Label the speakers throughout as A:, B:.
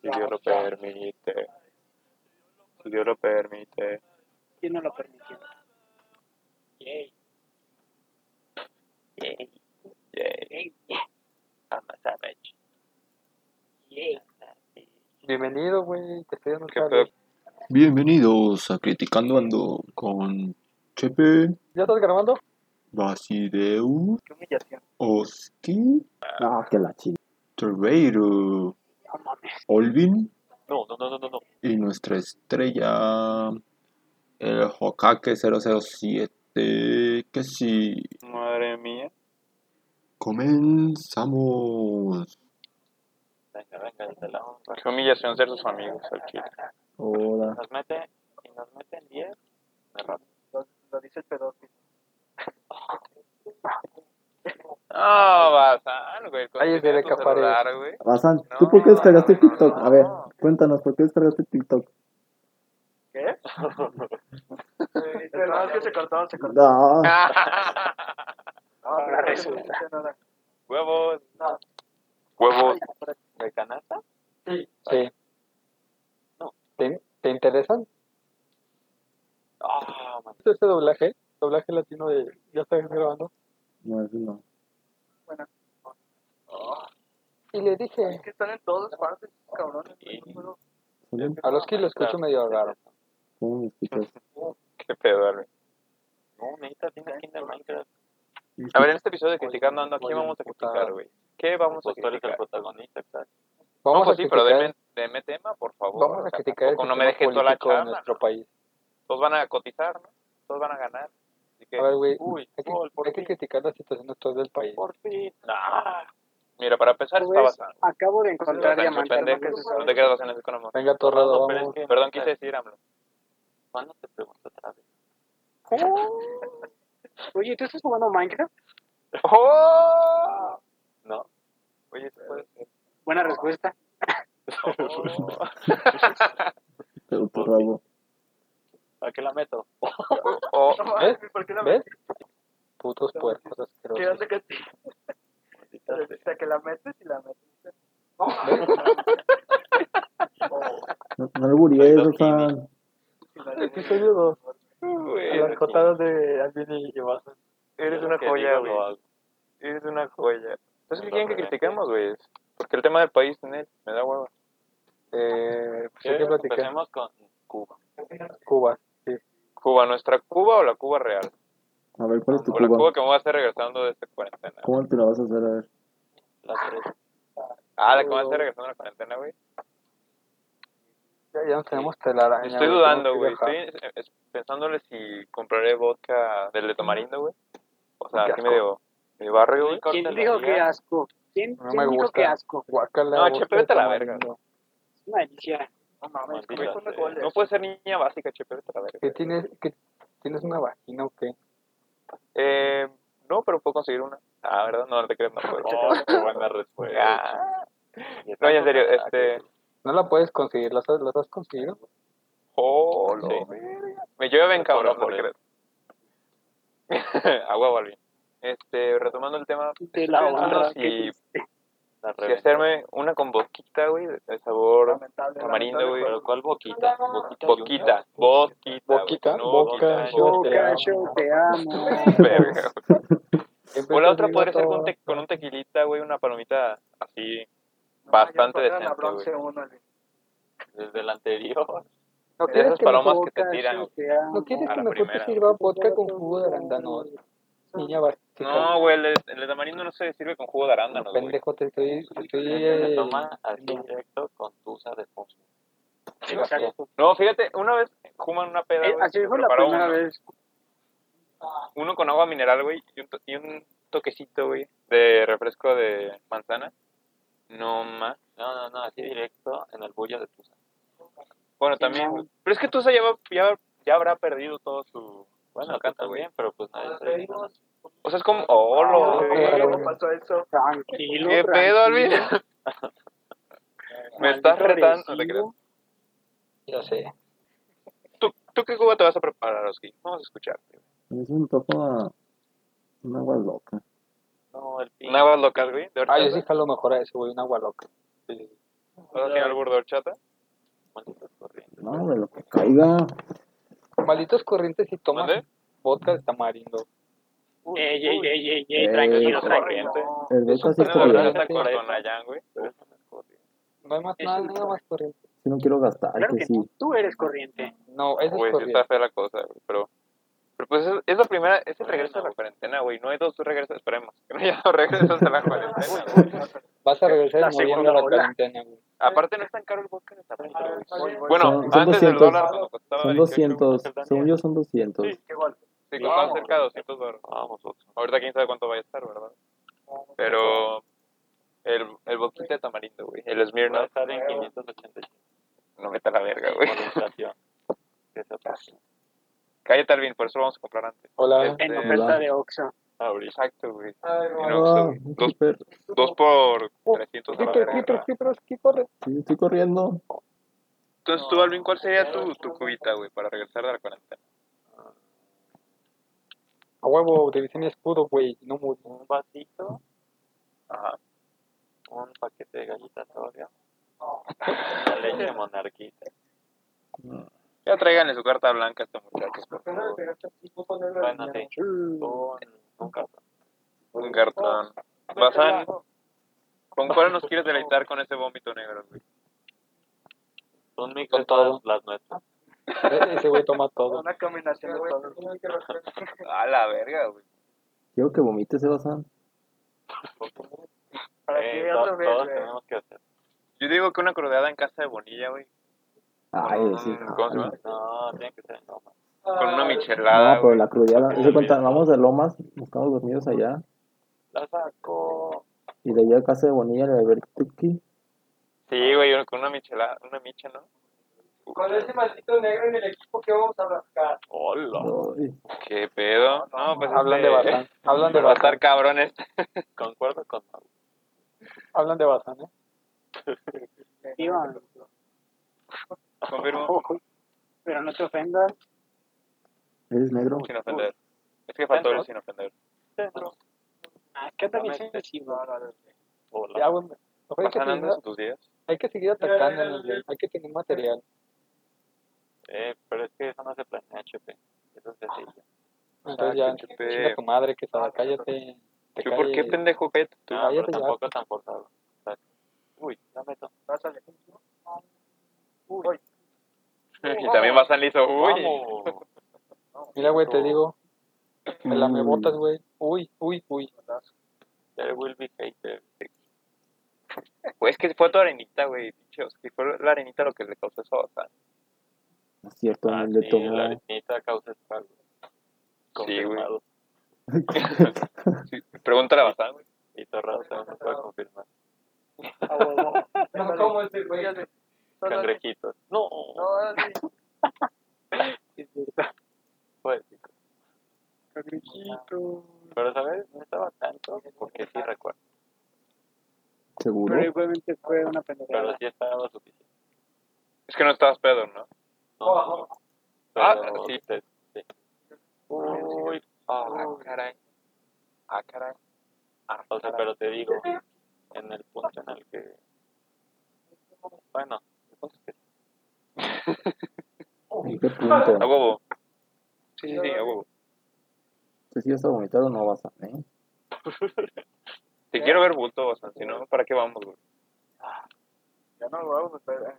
A: si Dios lo permite. Si Dios lo permite.
B: ¿Quién no lo permitió?
C: Yay. Yay.
A: Yay.
C: Yay.
A: I'm a savage.
C: Yay.
A: Bienvenido, güey. Te estoy dando
B: ¿Qué
A: un
B: pedo?
A: pedo.
D: Bienvenidos a Criticando Ando con Chepe,
A: ¿Ya estás grabando?
D: Basideu,
B: Qué humillación.
D: Oski,
E: Ah, que la chingada.
D: Torbeiro,
B: No mames.
D: Olvin
A: No, no, no, no, no. no.
D: y nuestra estrella, el Hokage 007. Que si
A: Madre mía.
D: comenzamos.
C: Venga, venga, desde la honra.
A: Qué humillación ser sus amigos al chile.
E: Hola.
C: Nos mete, y nos meten 10 de rato.
B: Lo, lo dice el pedófilo.
A: Ah, No, Bazán, güey.
B: Ahí se ve
A: tu
B: que aparece.
A: celular, güey.
E: Bazán, ¿tú
A: No,
E: por qué descargaste
A: no, no,
E: TikTok?
A: no.
E: A ver, cuéntanos, ¿por qué descargaste TikTok?
B: ¿Qué? Perdón, es que se cortó, se cortó.
E: No.
A: Ah.
B: No,
A: Ahora
B: pero
A: resulta.
B: no dice nada.
A: Huevos.
B: No.
A: Huevos.
C: ¿De canasta?
F: Sí.
C: No.
F: ¿Te, te interesan?
C: Ah, man.
F: ¿Viste ese doblaje? Doblaje latino de... ¿Ya estás grabando?
E: No, eso no.
F: Y le dije...
B: Es que están en todas partes, cabrones. Bueno,
E: Solo-
F: A los que lo escucho medio raro.
E: solo me escuchas.
A: Qué pedo, güey.
C: No, neta, tiene skin de Minecraft.
A: A ver, en este episodio de Criticando Ando, ¿a quién vamos a criticar, güey? ¿Qué vamos a
C: Pues tú eres el
A: criticar?
C: protagonista, exacto.
A: No,
F: Vamos a
A: pues sí, pero
F: criticar...
A: deme, deme tema, por favor.
F: Vamos a criticar el
A: Como no me
F: sistema
A: dejes toda la
F: político de
A: charla.
F: nuestro país.
A: Todos van a cotizar, ¿no? Todos van a ganar. Así que,
F: A ver, güey.
A: uy,
F: Hay que,
A: gol, por
F: hay que
A: fin.
F: criticar la situación actual del país.
C: Por fin.
A: Nah. Mira, para empezar, está
B: Pues,
A: basado.
B: acabo de encontrar
A: Sancho
B: diamante.
A: pendejo,
B: algo que se
A: No
B: sabe.
A: te creas, Bazán, es economía.
F: Venga, Torrado,
C: pero es
F: vamos.
C: que-
A: Perdón, quise decir, AMLO.
C: ¿Cuándo te pregunto otra vez?
B: Oye, ¿tú estás jugando Minecraft?
A: ¡Oh!
C: No.
A: Oye, ¿se puede ser?
B: Buena respuesta.
C: Oh,
E: Pero por favor.
C: ¿A qué la meto?
A: Oh,
F: ¿Ves?
B: ¿Por qué la
F: ¿Ves? Putos puercos
B: ¿Qué
F: asquerosos.
B: onda que te... O sea, que la metes y la metes.
E: No, no lo buries,
C: Los
E: Bazán.
B: Y la metes.
F: Episodio 2.
A: güey,
F: Las cotadas de eh, Albini y Bazán.
A: eres
C: Yo
A: una
C: lo que digo
A: joya,
C: lo
A: güey.
C: hago.
A: Eres una joya. Entonces, ¿qué
C: No,
A: quieren que
C: realmente.
A: critiquemos, güey? Porque el tema del país, net, me da hueva.
F: Eh, pues hay que
C: ¿Quieres que
F: platicar.
C: Empecemos con Cuba.
F: Cuba.
A: ¿Cuba, nuestra Cuba o la Cuba real?
E: A ver, ¿cuál es tu
A: O la Cuba
E: Cuba?
A: que me voy a hacer regresando de esta cuarentena.
E: ¿Cómo te la vas a hacer? A ver.
C: La tres.
A: Ah, la que me voy a hacer regresando de la cuarentena, güey.
F: Ya, ya nos tenemos telaraña.
A: Estoy
F: güey,
A: dudando,
F: tenemos que
A: güey.
F: viajar.
A: Estoy eh, es- pensándole si compraré vodka del de tamarindo, güey. O sea,
F: Qué
A: aquí medio, medio barrio, güey.
B: ¿Quién dijo que asco? ¿Quién,
F: No
B: quién
F: me
B: dijo
F: gusta.
B: que asco?
F: Guácala,
A: No,
F: vodka
A: Chepe, vete a la
F: tamarindo.
A: verga.
B: Es una delicia. No mames,
C: Maldita
B: come con
C: sea.
B: goles.
A: No puede ser niña básica, chepe, vete a la verga.
F: ¿Qué tienes, qué, ¿Tienes una vagina o qué?
A: Eh, no, pero puedo conseguir una. Ah, ¿verdad? No, no te creas, no puedo.
C: Oh, qué buena respuesta.
A: Ah. No, ya en serio, este...
F: No la puedes conseguir, ¿las, has- las has conseguido?
A: Oh, lo
C: Sí.
A: verga. Me llueve en cabrón, no
C: Por
A: te
C: favor,
A: creas. Agua, Balvin. Este, retomando el tema,
B: De la honra.
A: si-
B: qué
C: La
A: si
C: reventó.
A: hacerme una con boquita, güey, de sabor
B: lamentable,
A: tamarindo, güey.
C: ¿Pero cuál boquita? Boquita. Junior.
A: Boquita, boquita.
F: Boquita,
A: no,
F: boca,
A: boquita,
F: yo te
B: Boca,
F: amo.
B: yo te amo.
A: verga, güey.
F: Siempre
A: O la
F: te
A: otra
F: digo
A: podría ser
F: todo.
A: con, te- con un tequilita, güey, una palomita así, bastante
B: No, ya tocaron la
A: decente,
B: bronce
A: güey.
B: uno, güey.
C: Desde el anterior.
F: ¿No
A: De
F: quieres
A: eh, esas
F: que, nos-
A: palomas que te
B: Boca,
A: tiran,
B: yo
A: güey.
B: te amo.
F: ¿no
A: a
F: quieres que
A: la
F: nosotros
A: primera.
F: sirva vodka con jugo de arándano? Niña básica.
A: No, güey, el, el de tamarindo no se sirve con jugo de arándano, güey.
F: pendejo, te estoy... te estoy
C: Este se
F: eh,
C: toma así
F: no.
C: directo con tusa de ponce.
B: Sí, o sea,
A: No, fíjate, una vez Juma en una peda,
B: eh,
A: güey,
B: Así dijo la
A: preparó
B: primera
A: uno,
B: vez.
A: uno con agua mineral, güey, y un, to- y un toquecito, güey, de refresco de manzana. No más.
C: No, no, no, así directo en el bullo de tusa.
A: Bueno,
B: Sí,
A: también,
B: no.
A: güey. Pero es que tú ya, va- ya, ya habrá perdido todo su...
C: Bueno,
A: su
C: acá
A: cata, güey.
C: también, pero pues nadie se dice nada.
A: O sea, es como... ¡Oh, lo
B: Ah,
A: verga!
B: ¿cómo pasó eso? Tranquilo.
A: ¿Qué pedo, Alvin?
B: tranquilo.
A: Me estás
B: Maldito
A: retando. No te creas.
B: agresivo.
F: Ya sé.
A: ¿Tú, ¿Tú qué cuba te vas a preparar, Oski? Vamos a escucharte.
E: Es un topo a una agua loca.
C: No, el
A: Una agua local, güey. De
F: Ah, yo
A: ahorita.
F: sí jalo mejor a ese, güey, una agua loca. Sí.
A: ¿Vas a al burdo chata?
C: Malditas corrientes.
E: No, güey, lo que caiga.
F: Malditos corrientes y tomas
A: ¿Dónde?
F: vodka de tamarindo.
G: Ey, ey, ey, ey,
E: Ey,
G: ey, tranquilo,
E: ey,
G: tranquilo.
B: No,
E: El
C: Eso
E: boca sí
C: fue
E: es
A: Una
C: una
E: corriente.
C: verdad.
A: chata con Tonayán, güey.
F: No hay más
G: Es
F: nada,
G: un-
F: nada más corriente.
E: Si no quiero gastar,
G: Claro
E: que
G: que
E: sí.
G: no, tú eres corriente.
F: No, eso
A: Güey,
F: es
A: sí está
F: corriente.
A: fea la cosa, güey. Pero, pero pues es, es la primera, es el regreso a la cuarentena, güey. No hay dos regresos, esperemos. Que no haya dos regresos a la cuarentena, güey.
F: Vas a regresar
G: La
F: muriendo
G: segunda
F: la
G: ola.
F: cuarentena, güey.
A: Aparte, no es tan caro el vodka en el tapete, güey.
B: voy, voy.
A: Bueno,
E: Son- son
A: antes del
E: 200.
A: dólar cuando costaba
E: Son
A: 18,
E: 200.
A: güey.
E: Según yo, son 200.
A: Sí.
B: qué golpe.
A: Sí, costaba cerca de 200 dólares.
C: Vamos, Oxxo.
A: Ahorita quién sabe cuánto vaya a estar, ¿verdad? Pero el, el boquita de tamarindo, güey. El
C: Va a
A: Smirnoff.
C: estar en 585
A: No meta la verga,
C: por
A: güey.
C: inflación. Que se aproxima.
A: Cállate, Alvin, por eso lo vamos a comprar antes.
F: Hola.
A: Este,
G: En oferta de Oxxo.
C: Ahorita.
A: Exacto, güey. En Oxxo,
E: Ah,
A: güey.
E: un
A: Dos,
E: creeper.
A: dos por 300 a la
F: Creeper,
A: verga.
F: creeper, creeper, creeper.
E: Sí, estoy corriendo.
A: Entonces tú, Alvin, ¿cuál sería tu, tu cubita, güey, para regresar de la cuarentena?
F: A huevo, utilicé mi escudo, güey. No murió.
C: Un vasito,
A: Ajá.
C: un paquete de galletas Oreo. La leche monarquita.
A: Ya traigan su carta blanca a estos muchachos, por favor.
C: Bueno, sí. Un, un cartón.
A: Un cartón. Bazán, ¿con cuál nos quieres deleitar con ese vómito negro, güey?
C: Un mix de todas las nuestras.
F: E- Ese güey toma todo.
B: Una combinación de todo.
A: A la verga, güey.
E: Quiero que vomite ese bazán.
B: Para que
C: Eh,
B: veas
C: to-
B: lo que
C: todos
B: es, güey.
C: tenemos que hacer.
A: Yo digo que una crudeada en casa de Bonilla, güey.
E: Ay,
C: Ah,
A: Con-
E: sí.
C: Mm,
A: ¿Cómo se llama?
C: No, tiene que ser en Loma.
A: Con una
E: No,
A: michelada,
E: pero
F: pues,
A: güey.
E: la crudeada.
C: Ah,
E: Haz de cuenta,
C: bien.
E: vamos de Lomas, nos quedamos dormidos allá.
C: La saco.
E: Y de allá a casa de Bonilla, le ver Tuki.
A: Sí, güey, con una michelada, una micha, ¿no?
B: Ah, Con ese maldito negro en el equipo que vamos a rascar.
C: Hola.
E: Ay,
A: ¿Qué pedo? No, pues
F: Hablan de
A: este-
F: Bazán. Hablan de
A: Va a estar
F: Bazán.
A: cabrón este.
C: Concuerdo con Mau.
F: Hablan de Bazán, ¿eh?
G: Digo,
A: Confirmo,
G: pero no te ofendas.
E: ¿Eres negro?
A: sin ofender. Es que faltó el sin ofender.
G: Ah, ¿Qué tal que se
F: Ya,
C: Hola.
F: güey. Ojo, Hay que,
A: ¿Pasan
F: seguir,
A: andas tus días?
F: hay que seguir atacándonos, güey. Hay que tener material.
C: Eh, pero es que eso no se planea, Chepe. Eso es sencillo.
A: Ah,
F: Entonces ya,
A: Exacto, Chepe.
F: chinga tu madre,
A: Ah,
F: que estaba, cállate. Te
A: Yo, ¿Por qué
F: calles.
A: pendejo cállate tú?
C: No, pero
F: cállate ya.
C: tampoco tan forzado. Exacto. Uy, la meto.
B: Pásale.
A: y también vas a liso. Uy,
C: Vamos.
F: Mira, güey, te digo. Me la me botas, güey. Uy, uy, uy.
C: There will be haters.
A: Güey, es que fue tu arenita, güey. Pinche, es que fue la arenita lo que le causó eso. O sea,
E: No es cierto,
C: Ah,
E: no le
C: sí,
E: tomó.
C: la arenita causa espalda. Confirmado.
A: sí, pregúntale a Bazán, güey.
C: y Torrado también nos puede confirmar.
B: A huevo. No, como ese güey. Solo-
C: Cangrejitos. No.
B: No, así.
C: Poético. Pues, Pero, ¿sabes? No estaba tanto porque sí recuerdo.
E: Seguro.
G: Pero igualmente fue una
C: Pero
G: pendejada.
C: sí estaba suficiente.
A: Es que no estabas pedo, ¿no?
C: No, no, no.
A: Ah,
C: Pero
A: sí.
C: te- sí. Uy,
A: Ah, caray. Ah, caray.
C: O sea, pero te digo, en el punto en el que. Bueno, el punto es que
E: ¿En qué punto?
A: A huevo. Sí, sí, sí, a huevo.
E: No sé si vas a vomitar o no vas a. ¿eh?
A: Te quiero ver bulto, Bazán. Si no, ¿para qué vamos, güey?
B: Ya no lo vamos a hacer.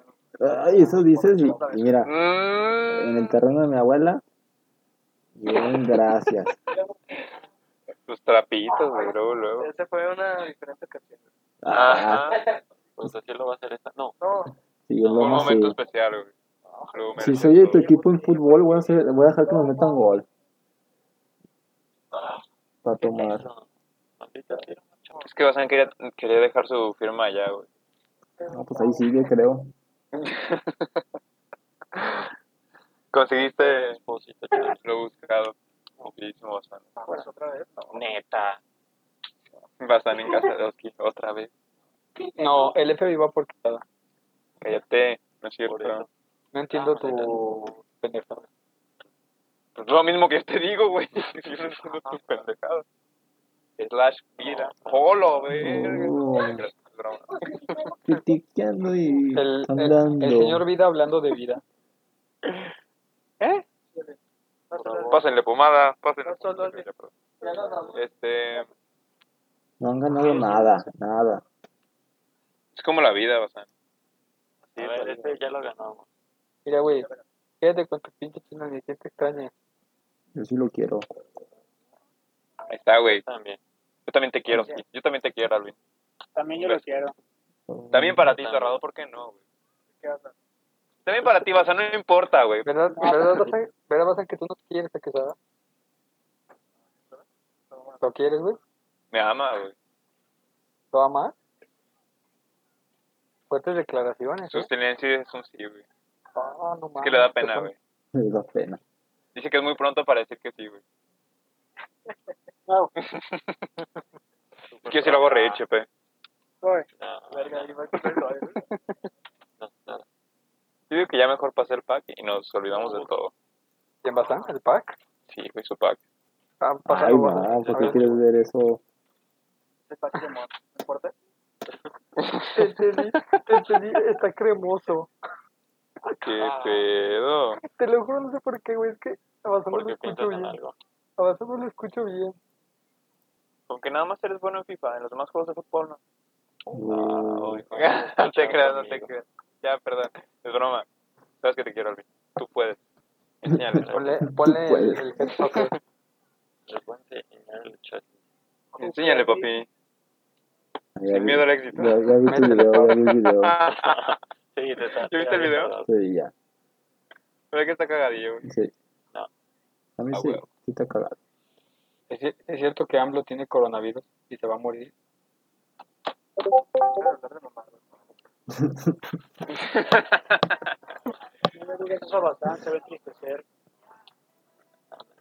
E: Ay, eso dices. Y, y mira, en el
A: Mm,
E: terreno de mi abuela. Bien, gracias.
A: Tus trapitos, güey, luego, luego.
B: Esa fue una diferente canción.
E: Ah,
A: Ajá.
C: pues así lo va a hacer esta. No,
B: No,
E: sí, yo
A: Fue un
E: lo sí.
A: momento especial, güey. Luego me
E: Si
A: lo
E: soy de tu
A: todo.
E: equipo en fútbol, voy a, hacer- voy a dejar que me metan gol. Para tomar.
C: no. Maldita sea.
A: Es que Bazán quería, quería dejar su firma allá, güey.
E: No, pues ahí sigue, creo.
A: Conseguiste
C: Esposito, chale.
A: lo buscado. Poquísimo, Bazán.
B: pues otra vez. No.
A: Neta. Bazán en casa de Oski, otra vez.
F: No, el FBI va por quitada.
A: Cállate, no es
C: Por eso.
A: cierto.
F: No entiendo
C: Ah, bueno.
F: tu pendejada.
A: Pues lo mismo que te digo, güey. Yo no entiendo tus pendejadas. Slash, vida. Polo, güey.
E: Oh.
A: Lo pero bueno.
E: Criticando y
F: El, el- el
E: andando.
F: señor Vida hablando de vida.
A: ¿Eh?
B: No solo-
A: Pásenle pomada, pásenle.
B: No solo-
A: pomada. Este, es
E: No han ganado nada, nada.
A: como la vida, o sea.
C: A ver, este ya lo ganamos.
F: Mira, güey, quédate con tu pinche chino ni quién te extraña.
E: Yo sí lo quiero.
A: Ahí está, güey.
C: También.
A: Yo también te quiero, sí. yo también te quiero, Alvin.
G: También yo lo quiero.
A: También para ti,
C: También.
A: cerrado, ¿por qué no, güey? También para ti, o sea, no me importa, güey.
F: ¿Verdad,
E: Ah, pues,
F: verdad, vas a, ¿verdad vas a que tú no quieres a Quesada? ¿Lo quieres, güey?
A: Me ama, güey.
F: ¿Lo amas? Fuertes declaraciones,
A: Su
F: ¿eh?
A: silencio es un sí, güey. Es
F: Ah, no
A: que
F: mames,
A: le da
F: te
A: pena,
F: pon-
A: güey.
E: Me da pena.
A: Dice que es muy pronto para decir que sí, güey.
G: No,
A: Es que yo sí lo hago rehecho, pe.
G: voy.
C: Ah,
B: Verga, iba a comer lo de-
C: no, no.
A: Yo digo que ya mejor pasé el pack y nos olvidamos de todo.
F: ¿Quién vas a? ¿El pack?
A: Sí, güey, su pack.
F: Ah, pásalo,
E: Ay,
F: vas a-
E: ma,
F: a
E: ¿por qué
F: ver.
E: quieres ver eso?
B: de Pokémon. ¿Me importa?
F: Este li- este li- está cremoso.
A: ¿Qué pedo?
F: Te lo juro, no sé por qué, güey. Es que a Bazán no lo
C: Porque
F: escucho
C: piensas en
F: bien.
C: algo.
F: A Bazán no lo escucho bien.
A: Con que nada más eres bueno en FIFA, en los demás juegos de fútbol no.
C: Ah, uy,
A: no te creas, no te creas. Ya, perdón. Es broma. Sabes que te quiero, Alvin. Tú puedes. Enséñale.
F: Ponle, ponle el,
E: puedes.
F: el headset.
C: Les voy a enseñar el chat.
A: Enséñale, papi.
E: Ya,
A: Sin miedo al éxito.
E: ya- ya vi tu video, ya vi el video.
C: Sí, te
A: ¿Ya viste el video?
E: Sí, ya.
A: Mira que está cagadillo, güey.
E: Sí.
C: No.
E: A mí
A: Ah,
E: sí,
A: huevo.
E: sí está cagado.
F: ¿Es, cier- es cierto que AMLO tiene coronavirus y se va a morir?
G: No me digas eso bastante, se ve tristecer.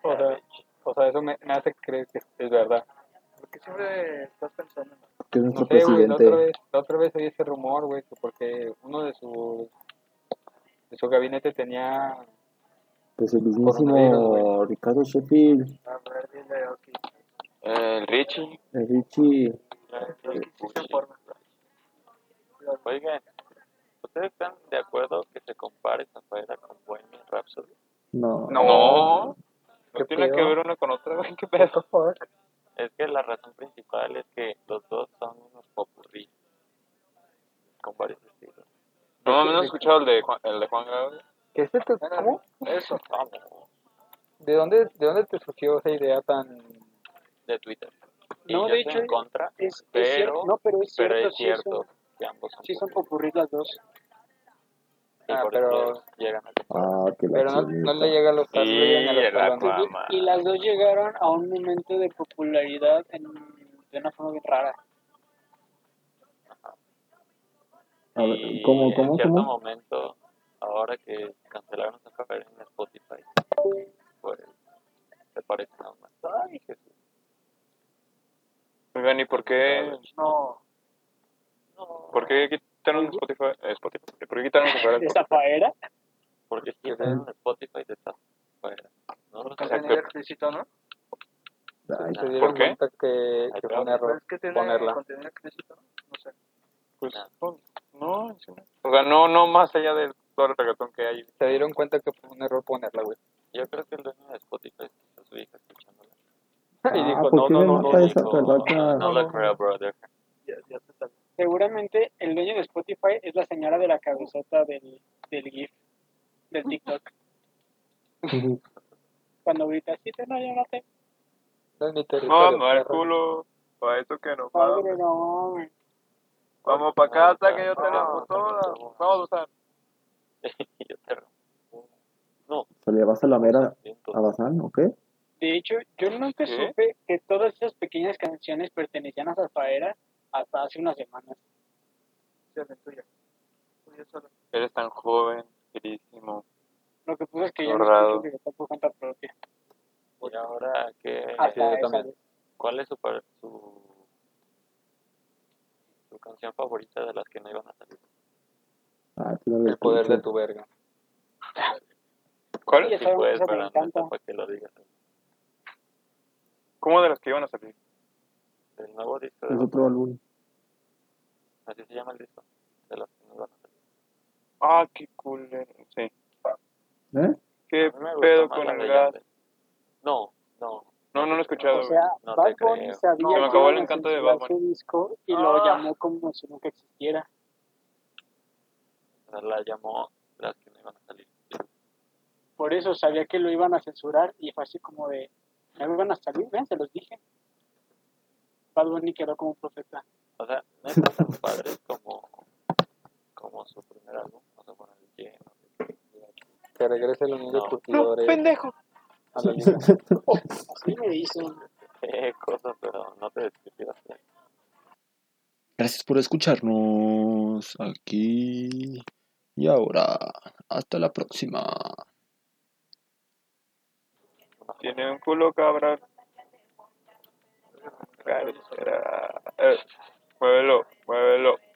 F: O sea, o sea eso me, me hace creer que es verdad.
B: ¿Por qué siempre estás pensando en la
E: Que es
F: No
E: nuestro
F: sé, güey, la otra
E: presidente.
F: vez, la otra vez oí ese rumor, güey, que porque uno de su, de su gabinete tenía...
E: Pues el
F: Coronavirus,
E: mismísimo Ricardo Sheffield,
B: A ver, dile, ok.
A: El Richie.
E: el Richie.
B: Hiciste en forma.
C: Oigan, ¿ustedes están de acuerdo que se compare Zafaera con Bohemian Rhapsody?
E: No.
A: No. No
F: ¿Qué
A: tiene
F: pedo?
A: que ver una con otra, güey. ¿Qué pedo?
C: Es que la razón principal es que los dos son unos popurrí con varios estilos.
A: No, no he escuchado el de Juan, el de Juan Gabriel.
F: ¿Qué es esto? ¿Cómo?
C: Eso, vamos.
F: ¿De dónde, ¿De dónde te surgió esa idea tan...?
C: De Twitter. Y
G: No,
C: yo
G: de
C: estoy
G: hecho,
C: en contra,
G: Es, es
C: Pero-
G: cierto, no, pero es cierto,
C: pero es
G: sí son-
C: cierto que ambos son
G: sí son
C: popurrí.
G: popurrís las dos.
C: Y
F: Ah,
C: por
F: pero-
C: eso llegan a
E: Ah, que la
F: Pero no, no
E: chingada.
F: le llega a los no le llegan a los
A: Sí, el
F: talones.
A: agua.
G: Y-
A: Mamá.
G: Y las dos llegaron a un momento de popularidad en, de una forma bien rara.
E: A ver,
C: Y
E: ¿cómo,
C: en
E: cómo,
C: cierto
E: cómo?
C: momento, ahora que cancelaron esa carrera en Spotify, pues se parece nada más. Ay, Jesús.
A: Oigan, ¿y por
G: Eh,
A: qué,
B: No,
C: No,
A: por qué quitaron Spotify? eh, Spotify. ¿Por qué quitaron Spotify?
G: ¿De Zafaera?
C: porque si en Spotify te está fuera. No lo sé.
B: no tenía explícito, ¿no?
E: Ay,
F: Se dieron
A: ¿Por qué?
F: cuenta que, que fue un
B: Pero
F: error
B: es que tiene
F: ponerla.
B: contenido explícito, ¿no? No sé.
A: Pues, no, no, sí, no. O sea, no, no más allá de todo el reggaetón que hay.
F: Se dieron cuenta que fue un error ponerla, güey.
C: Yo creo que el dueño de Spotify está su hija escuchándola.
F: Y
E: Ah,
F: dijo,
E: ¿por
F: no,
E: qué
F: no,
E: me
F: no,
E: mata
F: no,
E: esa
F: dijo,
E: pelota?
C: No lo creo, brother.
B: Ya, ya te salió.
G: Seguramente el dueño de Spotify es la señora de la cabezota del, del GIF, del TikTok. Cuando grita, sí, te no, yo no te
F: no es mi territorio.
A: Mamá, el
F: perro".
A: culo. Para eso que no.
C: Ah,
G: padre, no.
A: Vamos para casa que yo te
C: ah,
A: la hago toda. Vamos a usar.
C: yo te rompo. No,
E: ¿Se le vas a la vera
C: siento.
E: a Bazán o qué?
G: De hecho, yo nunca
A: ¿Qué?
G: supe que todas esas pequeñas canciones pertenecían a Zafaera hasta hace unas semanas.
B: Sí, es tuya. Tuya solo.
A: Eres tan joven, queridísimo.
G: Lo que puse es que yo
A: Honrado.
G: no escucho está por cuenta propia.
C: Y ahora, ¿qué?
G: Hasta
F: yo
G: esa
F: también.
G: vez.
C: ¿Cuál es su, par- su, su canción favorita de las que no iban a salir?
E: Ah, tú no lo
F: El poder de
E: escuchas.
F: tu verga.
A: ¿Cuál?
G: Sí,
C: Sí,
G: sabemos
C: pues,
G: esa que me
C: pero no
G: encanta.
C: está para que lo digas.
A: ¿Cómo de las que iban a salir?
C: El nuevo disco de
E: Es otro álbum.
C: Así se llama el disco. De los que nos van a hacer.
A: Ah, qué cool. eh, Sí.
E: ¿Eh?
A: ¿Qué
C: A mí me gusta
A: pedo
C: más
A: con
C: la
A: el
C: de
A: gas?
C: Yandel. No, no.
A: No, no lo he escuchado.
G: O sea,
C: No
G: Bad
C: te
G: Bunny
C: creo.
G: sabía
A: Se me
G: que
A: acabó el
G: iban a
A: encanto de
G: censurar
A: Bad Ah.
G: su disco y lo llamó como si nunca existiera.
C: O sea, la llamó las que no iban a salir.
G: Por eso sabía que lo iban a censurar y fue así como de, no me van a salir, ven, se los dije. Bad Bunny quedó como profeta.
C: O sea, no es tan padre como, como su primer álbum. O sea, bueno, el que
F: Que regrese la unión de
C: No.
F: curtidores.
A: pendejo.
F: a la liga.
G: Así me dicen.
C: eh, cosas, pero no te ¿eh? describirás.
D: Gracias por escucharnos aquí y ahora. Hasta la próxima.
A: Tiene un culo, cabrón. Cartera. Eh, muévelo, muévelo,